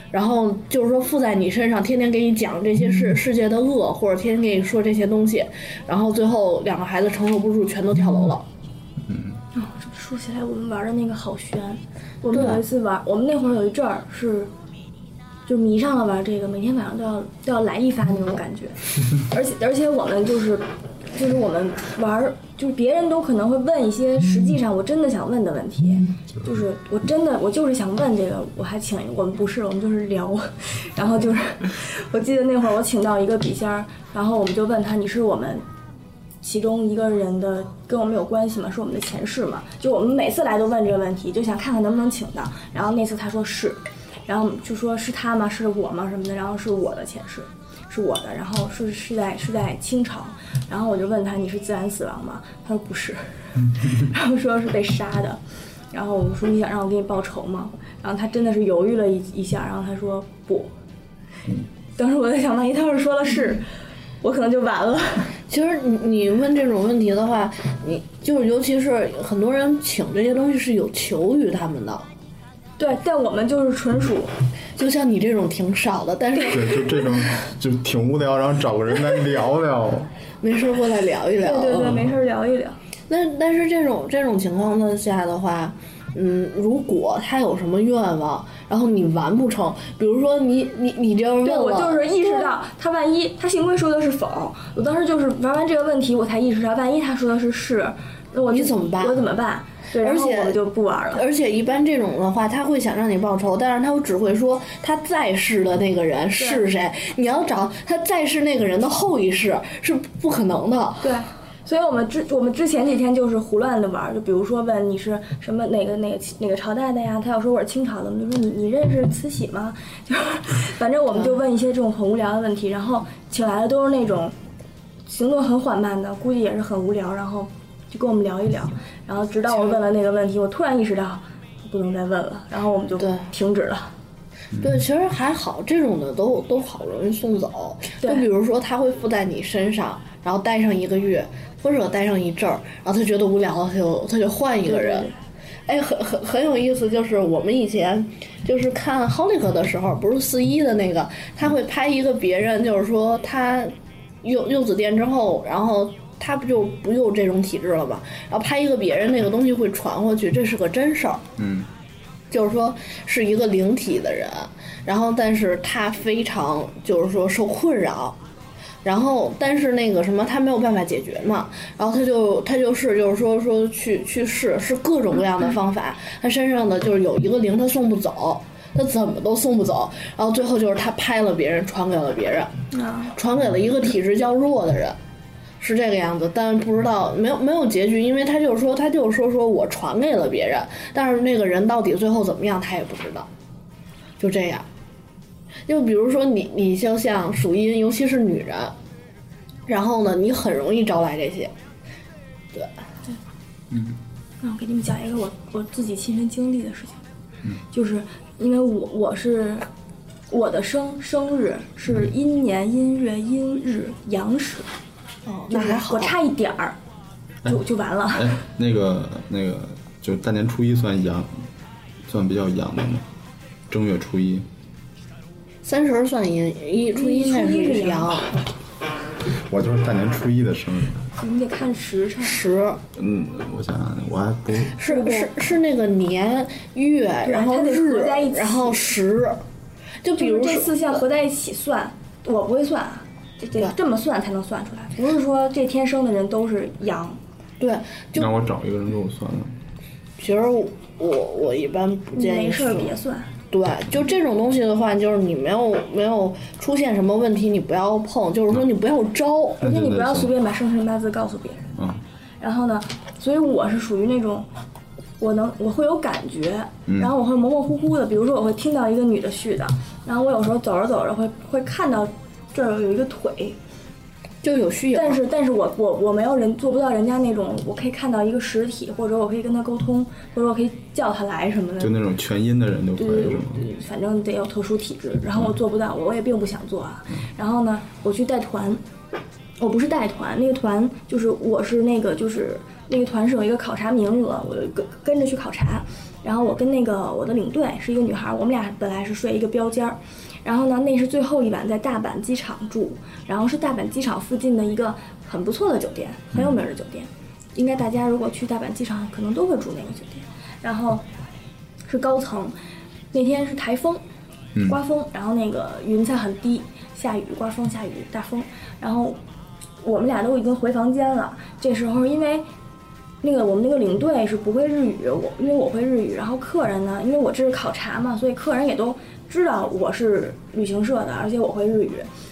C: 然后就是说附在你身上，天天给你讲这些世世界的恶，或者天天给你说这些东西，然后最后两个孩子承受不住，全都跳楼了。
D: 说起来，我们玩的那个好悬。我们有一次玩，我们那会儿有一阵儿是，就迷上了玩这个，每天晚上都要都要来一发那种感 觉。而且而且我们就是，就是我们玩儿，就是别人都可能会问一些实际上我真的想问的问题，就是我真的我就是想问这个，我还请一个我们不是我们就是聊， 然后就是我记得那会儿我请到一个笔仙儿，然后我们就问他你是我们其中一个人的跟我们有关系吗？是我们的前世吗？就我们每次来都问这个问题，就想看看能不能请到。然后那次他说是，然后我们就说是他吗？是我吗？什么的？然后是我的前世，是我的。然后是是在是在清朝。然后我就问他你是自然死亡吗？他说不是，然后说是被杀的。然后我说你想让我给你报仇吗？然后他真的是犹豫了一一下，然后他说不。当时我在想，万一他要是说了是，我可能就完了。
C: 其实你你问这种问题的话，你就是尤其是很多人请这些东西是有求于他们的，
D: 对，但我们就是纯属
C: 就像你这种挺少的，但是
B: 对，就这 种就挺无聊，然后找个人来聊聊。
C: 没事儿过来聊一聊。嗯
D: 对对对，没事儿聊一聊。
C: 那但是这种这种情况的下的话，嗯，如果他有什么愿望，然后你完不成，比如说你你你这样问
D: 对，我
C: 了
D: 就是意识到他万一他幸亏说的是否，我当时就是玩完这个问题，我才意识到万一他说的是是，那我就
C: 你怎么办
D: 我怎么办？对，然后
C: 而且
D: 我们就不玩了。
C: 而且一般这种的话，他会想让你报仇，但是他只会说他在世的那个人是谁。你要找他在世那个人的后一世是不可能的。
D: 对，所以我们之我们之前几天就是胡乱的玩儿，就比如说问你是什么哪个哪个哪个朝代的呀？他要说我是清朝的，我们就说你你认识慈禧吗？ 就是反正我们就问一些这种很无聊的问题，然后请来的都是那种行动很缓慢的，估计也是很无聊，然后就跟我们聊一聊，然后直到我问了那个问题，我突然意识到不能再问了，然后我们就
C: 对
D: 停止了。
C: 对，其实还好，这种的都都好容易送走。就
D: 对
C: 比如说他会附在你身上，然后待上一个月，或者待上一阵儿，然后他觉得无聊了，他就他就换一个人。
D: 对对对
C: 哎，很很很有意思，就是我们以前就是看《Holic》的时候，不是四一的那个，他会拍一个别人，就是说他用用子电之后，然后他不就不用这种体质了嘛，然后拍一个别人那个东西会传过去，这是个真事儿。
B: 嗯，
C: 就是说是一个灵体的人，然后但是他非常就是说受困扰，然后但是那个什么他没有办法解决嘛，然后他就他就是就是说说去去试试各种各样的方法，他身上的就是有一个铃他送不走。他怎么都送不走，然后最后就是他拍了别人，传给了别人，传给了一个体质较弱的人，是这个样子。但不知道没有没有结局，因为他就是说他就是说说我传给了别人，但是那个人到底最后怎么样他也不知道，就这样。就比如说你你就像属阴，尤其是女人，然后呢你很容易招来这些，对。
D: 那我给你们讲一个我我自己亲身经历的事情，就是因为我我是我的生生日是阴年阴月阴日阳时，
C: 哦，
D: 就
C: 那
D: 是
C: 还好。
D: 我差一点儿就就完了。
B: 哎，那个那个，就大年初一算阳，算比较阳的吗？正月初一，
C: 三十儿算阴，一初一开
D: 初
C: 始
D: 一是
C: 是阳，
B: 我就是大年初一的生日。
D: 你得看时辰，
C: 十
B: 嗯，我想想，我还不
C: 是是是那个年月，然后
D: 它得
C: 日
D: 合在一，起
C: 然后时，就比
D: 就是
C: 如
D: 这
C: 说
D: 四项合在一起算，我不会算啊，得得这么算才能算出来，不是说这天生的人都是阳。
C: 对，就
B: 让我找一个人给我算算。
C: 其实我我一般不
D: 你
C: 建议
D: 没事儿
C: 送
D: 别算，
C: 对，就这种东西的话，就是你没有没有出现什么问题，你不要碰，就是说你不要招。
D: 而且你不要随
B: 便
D: 便把生辰八字告诉别人。
B: 啊，
D: 然后呢，所以我是属于那种，我能我会有感觉，然后我会模模糊糊的，比如说我会听到一个女的絮叨，然后我有时候走着走着会会看到这儿有一个腿，
C: 就有虚有，
D: 但是但是我我我没有人做不到人家那种，我可以看到一个实体，或者我可以跟他沟通，或者我可以叫他来什么的
B: 就。那种全阴的人就可
D: 对
B: 以
D: 对
B: 是吗？
D: 对，反正得有特殊体质，然后我做不到，我也并不想做啊。然后呢，我去带团，我不是带团，那个团就是我是那个就是那个团是有一个考察名额，我跟跟着去考察。然后我跟那个我的领队是一个女孩，我们俩本来是睡一个标间儿，然后呢那是最后一晚在大阪机场住，然后是大阪机场附近的一个很不错的酒店，很有名儿的酒店，应该大家如果去大阪机场可能都会住那个酒店。然后是高层，那天是台风，刮风，然后那个云彩很低，下雨，刮风下雨大风，然后我们俩都已经回房间了。这时候因为那个我们那个领队是不会日语，我因为我会日语，然后客人呢，因为我这是考察嘛，所以客人也都知道我是旅行社的，而且我会日语。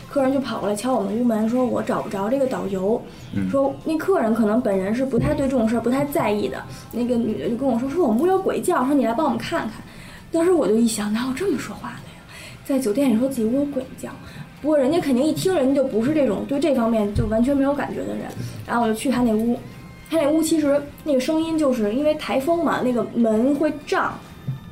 D: 客人就跑过来敲我们屋门，说我找不着这个导游，说那客人可能本人是不太对这种事儿不太在意的。那个女的就跟我说，说我们屋有鬼叫，说你来帮我们看看。当时我就一想，哪有这么说话的呀？在酒店里说自己窝鬼叫。不过人家肯定一听人家就不是这种对这方面就完全没有感觉的人。然后我就去他那屋，他那屋其实那个声音就是因为台风嘛，那个门会胀，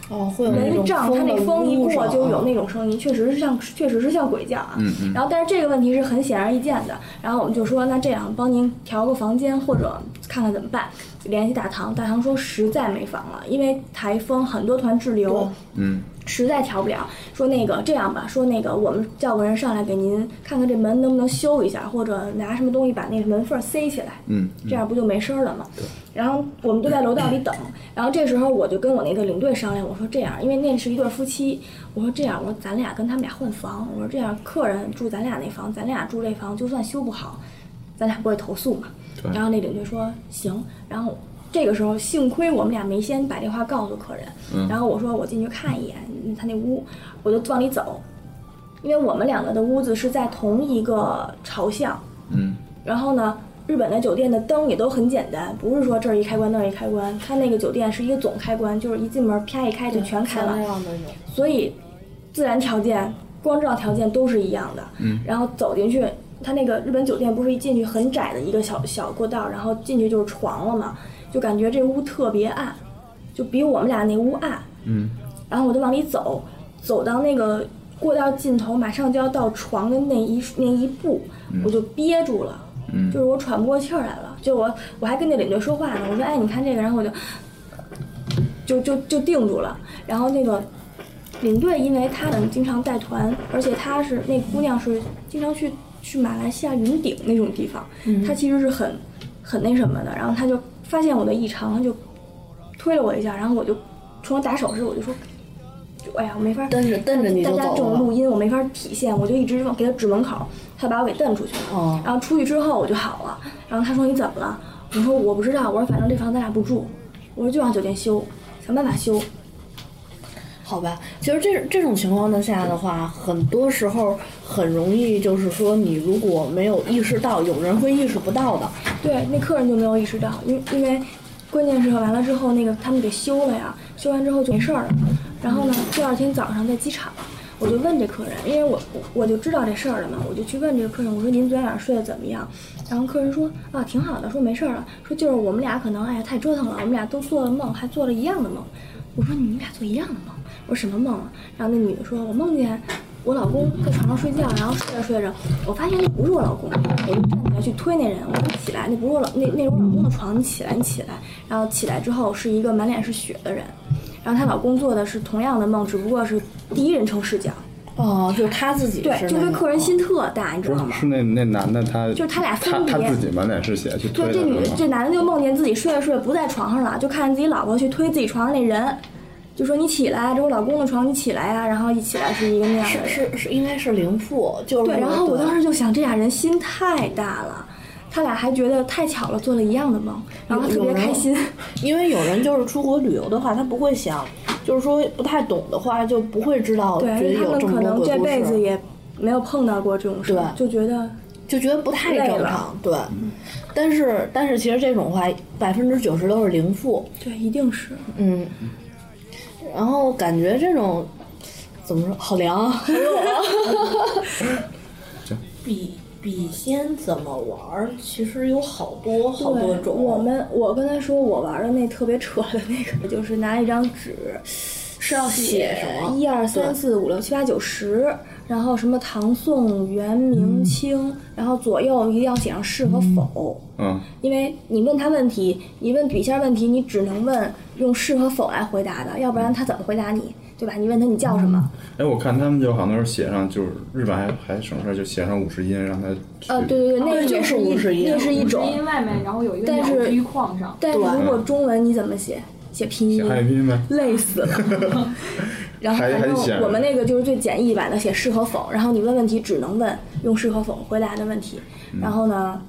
C: 哦，会有那
D: 门
C: 种
D: 一胀，它那风一
C: 呼
D: 过
C: 声
D: 就有那种声音，确实是像确实是像鬼叫啊。
B: 嗯嗯
D: 然后，但是这个问题是很显而易见的。然后我们就说，那这样帮您调个房间，或者看看怎么办，联系大堂。大堂说实在没房了，因为台风很多团滞留。
B: 嗯，
D: 实在调不了，说那个这样吧，说那个我们叫个人上来给您看看这门能不能修一下，或者拿什么东西把那个门缝儿塞起来，
B: 嗯嗯
D: 这样不就没声儿了吗？然后我们就在楼道 里等，然后这时候我就跟我那个领队商量，我说这样，因为那是一对夫妻，我说这样，我说咱俩跟他们俩换房，我说这样客人住咱俩那房，咱俩住这房，就算修不好，咱俩不会投诉嘛。
B: 对
D: 然后那领队说行，然后这个时候幸亏我们俩没先把这话告诉客人，
B: 嗯
D: 然后我说我进去看一眼嗯他那屋，我就往里走，因为我们两个的屋子是在同一个朝向，
B: 嗯，
D: 然后呢。日本的酒店的灯也都很简单，不是说这儿一开关那儿一开关，它那个酒店是一个总开关，就是一进门啪一开就全开
B: 嗯
D: 了
C: 像那。样的有。
D: 所以自然条件、光照条件都是一样的。嗯，然后走进去，它那个日本酒店不是一进去很窄的一个小小过道，然后进去就是床了嘛，就感觉这屋特别暗，就比我们俩那屋暗。
B: 嗯，
D: 然后我就往里走，走到那个过道尽头，马上就要到床的那一那一步，我就憋住了。
B: 嗯
D: 就是我喘不过气儿来了，就我我还跟那领队说话呢，我说哎你看这个，然后我就就就就定住了，然后那个领队因为他们经常带团，而且她是那姑娘是经常去去马来西亚云顶那种地方，她其实是很很那什么的。然后她就发现我的异常，她就推了我一下，然后我就冲我打手势，我就说就哎呀，我没法
C: 瞪着瞪着你就
D: 大
C: 走
D: 家这种
C: 了
D: 录音我没法体现，我就一直给他指门口，他把我给蹬出去了。
C: 哦
D: 然后出去之后我就好了，然后他说你怎么了？我说我不知道，我说反正这房咱俩不住，我说就让酒店修，想办法修。
C: 好吧，其实这这种情况的下的话，很多时候很容易就是说，你如果没有意识到，有人会意识不到的。
D: 对，那客人就没有意识到，因为因为关键是完了之后，那个他们给修了呀，修完之后就没事儿了。然后呢，第二天早上在机场，我就问这客人，因为我我我就知道这事儿了嘛，我就去问这个客人，我说您昨天晚上睡得怎么样？然后客人说啊，挺好的，说没事儿了，说就是我们俩可能哎呀太折腾了，我们俩都做了梦，还做了一样的梦。我说你们俩做一样的梦，我说什么梦啊？然后那女的说，我梦见我老公在床上睡觉，然后睡着睡着，我发现那不是我老公，我就站起来去推那人，我说起来，那不是我老那那是我老公的床，你起来，你起来。然后起来之后是一个满脸是血的人，然后她老公做的是同样的梦，只不过是第一人称视角，
C: 哦，就是他自己
D: 对，
C: 是
D: 就
C: 那
D: 对
C: 种哦
D: 客人心特大，你知
B: 不
D: 道
B: 是
D: 吗？
B: 是那那男的他
D: 就是他俩
B: 他
D: 分别
B: 他自己满脸是血去推
D: 对，
B: 的
D: 这女
B: 是吗
D: 这男的就梦见自己睡着睡着不在床上了，就看见自己老婆去推自己床上那人，就说你起来，这是我老公的床，你起来呀、然后一起来是一个那样的
C: 是
D: 人。
C: 是是，应该是零负，就是
D: 对，然后我当
C: 时
D: 时就想，这俩人心太大了，他俩还觉得太巧了，做了一样的梦，然后他特别开心。
C: 因为有人就是出国旅游的话，他不会想，就是说不太懂的话，就不会知道，
D: 对，
C: 觉
D: 因为他
C: 得有
D: 们
C: 这么
D: 可
C: 多
D: 能
C: 鬼
D: 这
C: 故
D: 辈子
C: 事，
D: 也没有碰到过这种事
C: 对，
D: 就觉得
C: 就觉得不太
D: 累
C: 正
D: 了
C: 常，对。但是但是其实这种话，百分之九十都是零负，
D: 对，一定是
C: 嗯，然后感觉这种怎么说，好凉啊！
I: 笔笔仙怎么玩儿？其实有好多好多
D: 对
I: 种。
D: 我们我跟他说，我玩的那特别扯的那个，就是拿一张纸。是要
C: 写什么
D: 一二三四五六七八九十，然后什么唐宋元
C: 嗯
D: 明清，然后左右一定要写上是和否，
B: 嗯，
D: 因为你问他问题，你问笔仙问题，你只能问用是和否来回答的，要不然他怎么回答你，对吧？你问他你叫什么，
B: 哎，我看他们就好像是写上，就是日本还还省事儿，就写上五十音让他去。
D: 呃，对对
J: 哦
D: 对，那个也
C: 就是是
D: 一
C: 50音
D: 那是一种，
J: 音嗯外面，然后有一个
D: 但
J: 鸟
D: 是
J: 居框上。
D: 但是如果中文你怎么写？写拼
B: 写
D: 音，
B: 汉语拼音呗。
D: 累死 了。然后
B: 还
D: 反
B: 还写
D: 正我们那个就是最简易版的，写是和否，然后你问问题只能问用是和否回答的问题，
B: 嗯
D: 然后呢，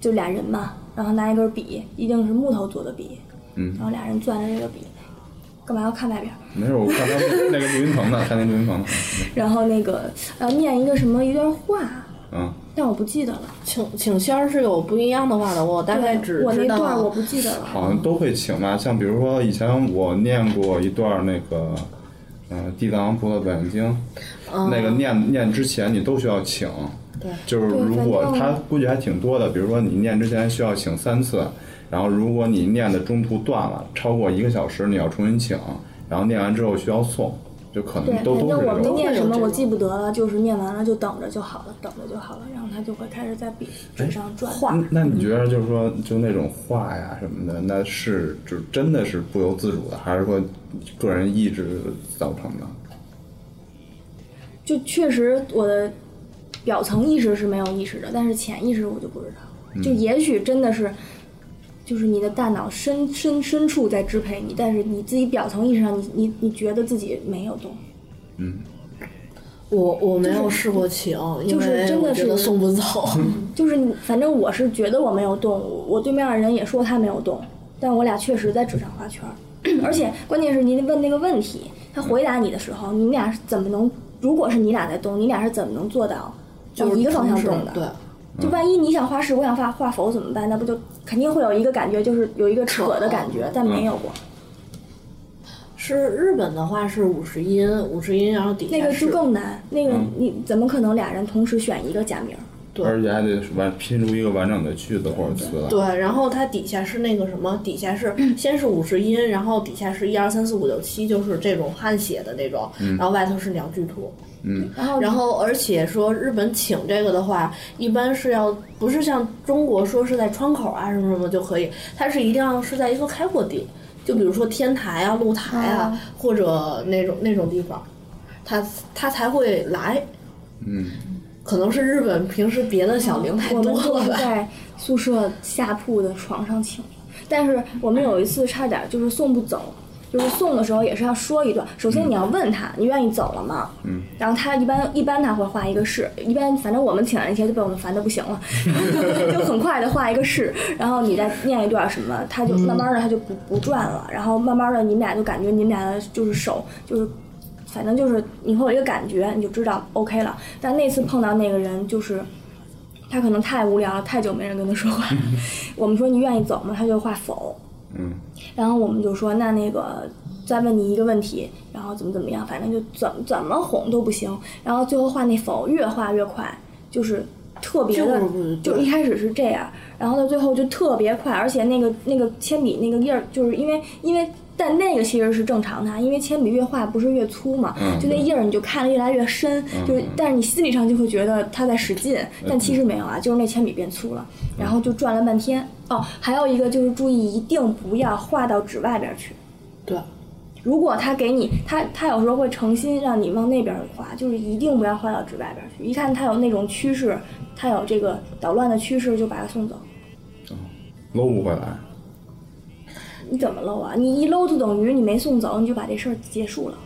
D: 就俩人嘛，然后拿一根笔，一定是木头做的笔，
B: 嗯
D: 然后俩人攥着这个笔，干嘛要看外边？
B: 没事，我看他们那个录音棚呢，看那录音棚呢。
D: 然后那个呃，念一个什么一段话，
B: 嗯，
D: 但我不记得了，
C: 请请仙儿是有不一样的话的，我大概只
D: 我
C: 知
D: 那段我
C: 道
D: 不记得了。
B: 好像都会请吧。像比如说以前我念过一段那个，呃，《地藏王菩萨本愿经》，那个念念之前你都需要请。对，就是如果
D: 对反正
B: 他估计还挺多的，比如说你念之前需要请三次，然后如果你念的中途断了，超过一个小时你要重新请，然后念完之后需要诵，就可
D: 对
B: 能，
D: 反
B: 都都
D: 正
B: 会
D: 我
B: 有
D: 们。念什么
C: 这
D: 我
C: 种
D: 记不得了，就是念完了就等着就好了，等着就好了，然后他就会开始在笔纸上转画。
B: 嗯那你觉得就是说，就那种画呀什么的，那是就真的是不由自主的，还是说个人意志造成的？
D: 就确实我的表层意识是没有意识的，但是潜意识我就不知道，就也许真的是。就是你的大脑深深深处在支配你，但是你自己表层意识上你，你你觉得自己没有动，
C: 我我没有试过请，因
D: 就是
C: 为
D: 真的
C: 我觉得
D: 是
C: 送不走。
D: 就是你反正我是觉得我没有动，我我对面的人也说他没有动，但我俩确实在纸上画圈儿，而且关键是您问那个问题，他回答你的时候，你们俩是怎么能？如果是你俩在动，你俩是怎么能做到
C: 就是
D: 往哦一个方向
C: 同时
D: 动的？
C: 对，
D: 就万一你想画是，我想画画否怎么办？那不就肯定会有一个感觉，就是有一个扯的感觉，但没有过。
C: 是日本的话是五十音，五十音，然后底下
D: 那个
C: 是
D: 就更难，那个你怎么可能俩人同时选一个假名儿？
C: 对
B: 而且还得完拼出一个完整的句子或者词来。
C: 对，然后它底下是那个什么，底下是
D: 嗯
C: 先是五十音，然后底下是一二三四五六七，就是这种汉写的那种，然后外头是鸟居图。
D: 然后
C: 然后，而且说日本请这个的话，一般是要不是像中国说是在窗口啊什么什么就可以，它是一定要是在一个开阔地，就比如说天台啊、露台啊，
D: 哦
C: 或者那种那种地方，他他才会来。
B: 嗯，
C: 可能是日本平时别的小灵太
D: 嗯哦我
C: 多
D: 们就
C: 了
D: 是
C: 吧。
D: 在宿舍下铺的床上请的，但是我们有一次差点就是送不走，就是送的时候也是要说一段。首先你要问他，你愿意走了吗？嗯。然后他一般一般他会画一个是，一般反正我们请来那些就被我们烦的不行了， 就很快的画一个是，然后你再念一段什么，他就慢慢的他就不不转了，然后慢慢的你们俩就感觉你们俩的就是手就是。反正就是你会有一个感觉，你就知道 OK 了。但那次碰到那个人，就是他可能太无聊了，太久没人跟他说话。
C: 嗯
D: 我们说你愿意走吗？他就画否。
B: 嗯，
D: 然后我们就说那那个再问你一个问题，然后怎么怎么样，反正就怎么怎么哄都不行。然后最后画那否越画越快，就是特别的，
C: 就是
D: 就一开始是这样，然后到最后就特别快，而且那个那个铅笔那个印儿，就是因为因为。但那个其实是正常的，因为铅笔越画不是越粗嘛，
B: 嗯
D: 就那印儿你就看得越来越深，就是但是你心理上就会觉得它在使劲，但其实没有啊，就是那铅笔变粗了，然后就转了半天。哦，还有一个就是注意，一定不要画到纸外边儿去。
C: 对，
D: 如果他给你，他他有时候会诚心让你往那边画，就是一定不要画到纸外边去。一看他有那种趋势，他有这个捣乱的趋势，就把他送走。
B: 搂不回来。
D: 你怎么搂啊？你一搂就等于你没送走，你就把这事儿结束了。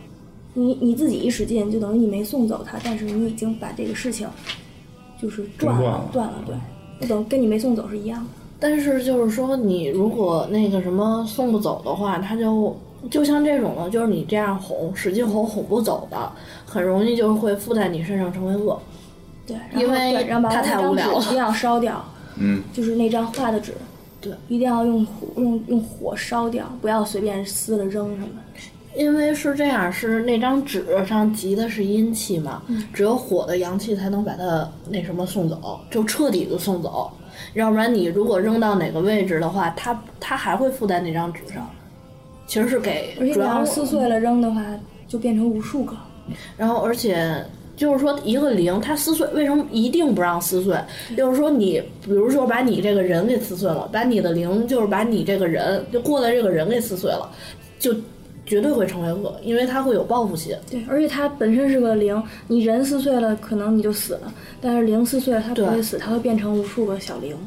D: 你你自己一使劲，就等于你没送走他，但是你已经把这个事情就是断
B: 中断
D: 了
B: 了，
D: 断了，对，就等于跟你没送走是一样的。
C: 但是就是说，你如果那个什么送不走的话，他就就像这种的，就是你这样哄，使劲哄哄不走的，很容易就会附在你身上成为恶。
D: 对，然后
C: 因为
D: 对然后把
C: 他
D: 那
C: 太
D: 张
C: 无
D: 纸
C: 聊了
D: 一定要烧掉，
B: 嗯，
D: 就是那张画的纸，
C: 对，
D: 一定要用火用用火烧掉，不要随便撕了扔什么的。
C: 因为是这样，是那张纸上集的是阴气嘛，
D: 嗯
C: 只有火的阳气才能把它那什么送走，就彻底的送走。要不然你如果扔到哪个位置的话，它它还会附在那张纸上。其实是给
D: 而且
C: 主
D: 你
C: 要
D: 要撕碎了扔的话，就变成无数个。
C: 然后而且就是说一个零，它撕碎为什么一定不让撕碎？就是说你比如说把你这个人给撕碎了，把你的零就是把你这个人就过来这个人给撕碎了，就绝对会成为恶，因为它会有报复心。
D: 对，而且它本身是个零，你人撕碎了，可能你就死了，但是零撕碎了它不
C: 对
D: 会死，它会变成无数个小零。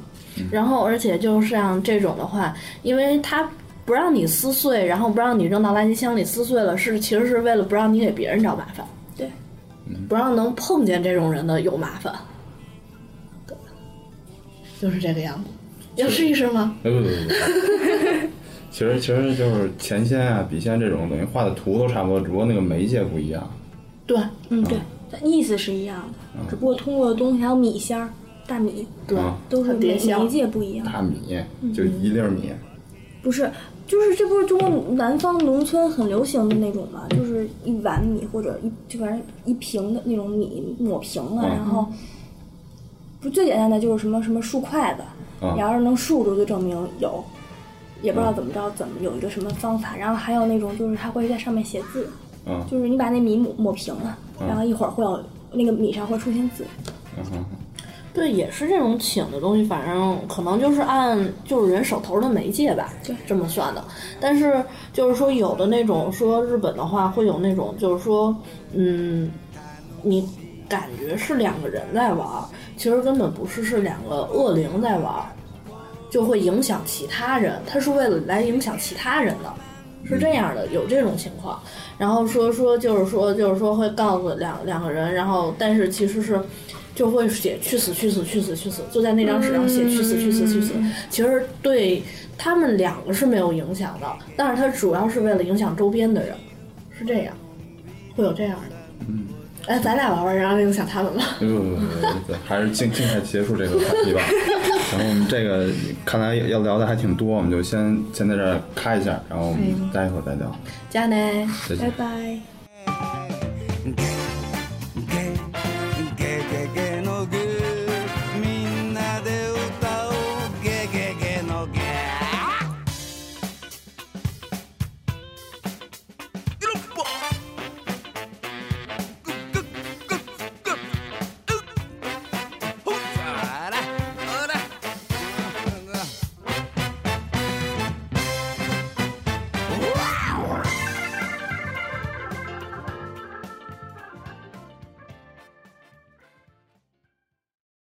C: 然后而且就是像这种的话，因为它。不让你撕碎，然后不让你扔到垃圾箱里撕碎了，是其实是为了不让你给别人找麻烦，
D: 对，
C: 不让能碰见这种人的有麻烦，对，就是这个样子。要试一试吗？
B: 哎不不不不其实其实就是前线啊、笔仙这种，等于画的图都差不多，只不过那个媒介不一样。
C: 对
D: 嗯，
C: 嗯
D: 对，意思是一样的，只不过通过的东西还有米线儿、大米
C: 对，
B: 啊
D: 都是
C: 还有
D: 媒
C: 碟香
D: 媒介不一样。
B: 大米就一粒儿米，
D: 不是，就是这不是中国南方农村很流行的那种嘛，就是一碗米或者一就反正一瓶的那种米抹平了，
B: 嗯
D: 然后不最简单的就是什么什么竖筷子，
B: 嗯
D: 你要是能竖住就证明有，也不知道怎么着怎么有一个什么方法，然后还有那种就是他会在上面写字，
B: 嗯
D: 就是你把那米抹抹平了，然后一会儿会有那个米上会出现字，
B: 嗯哼，
C: 对，也是这种请的东西，反正可能就是按就是人手头的媒介吧，
D: 对
C: 这么算的。但是就是说，有的那种说日本的话，会有那种就是说，嗯，你感觉是两个人在玩儿，其实根本不是，是两个恶灵在玩儿，就会影响其他人，他是为了来影响其他人的。是这样的，有这种情况，然后说说就是说就是说会告诉两两个人，然后但是其实是就会写去死去死去死去死，就在那张纸上写去死去死去死。其实对他们两个是没有影响的，但是它主要是为了影响周边的人，是这样，会有这样的。嗯，哎，咱俩玩玩，然后影响他们吧。
B: 不不不不不，还是尽尽快结束这个话题吧。然后我们这个看来要聊的还挺多，我们就先先在这儿咔一下，然后我们待一会儿再聊，
C: 加内。
B: 再见
D: 拜。拜。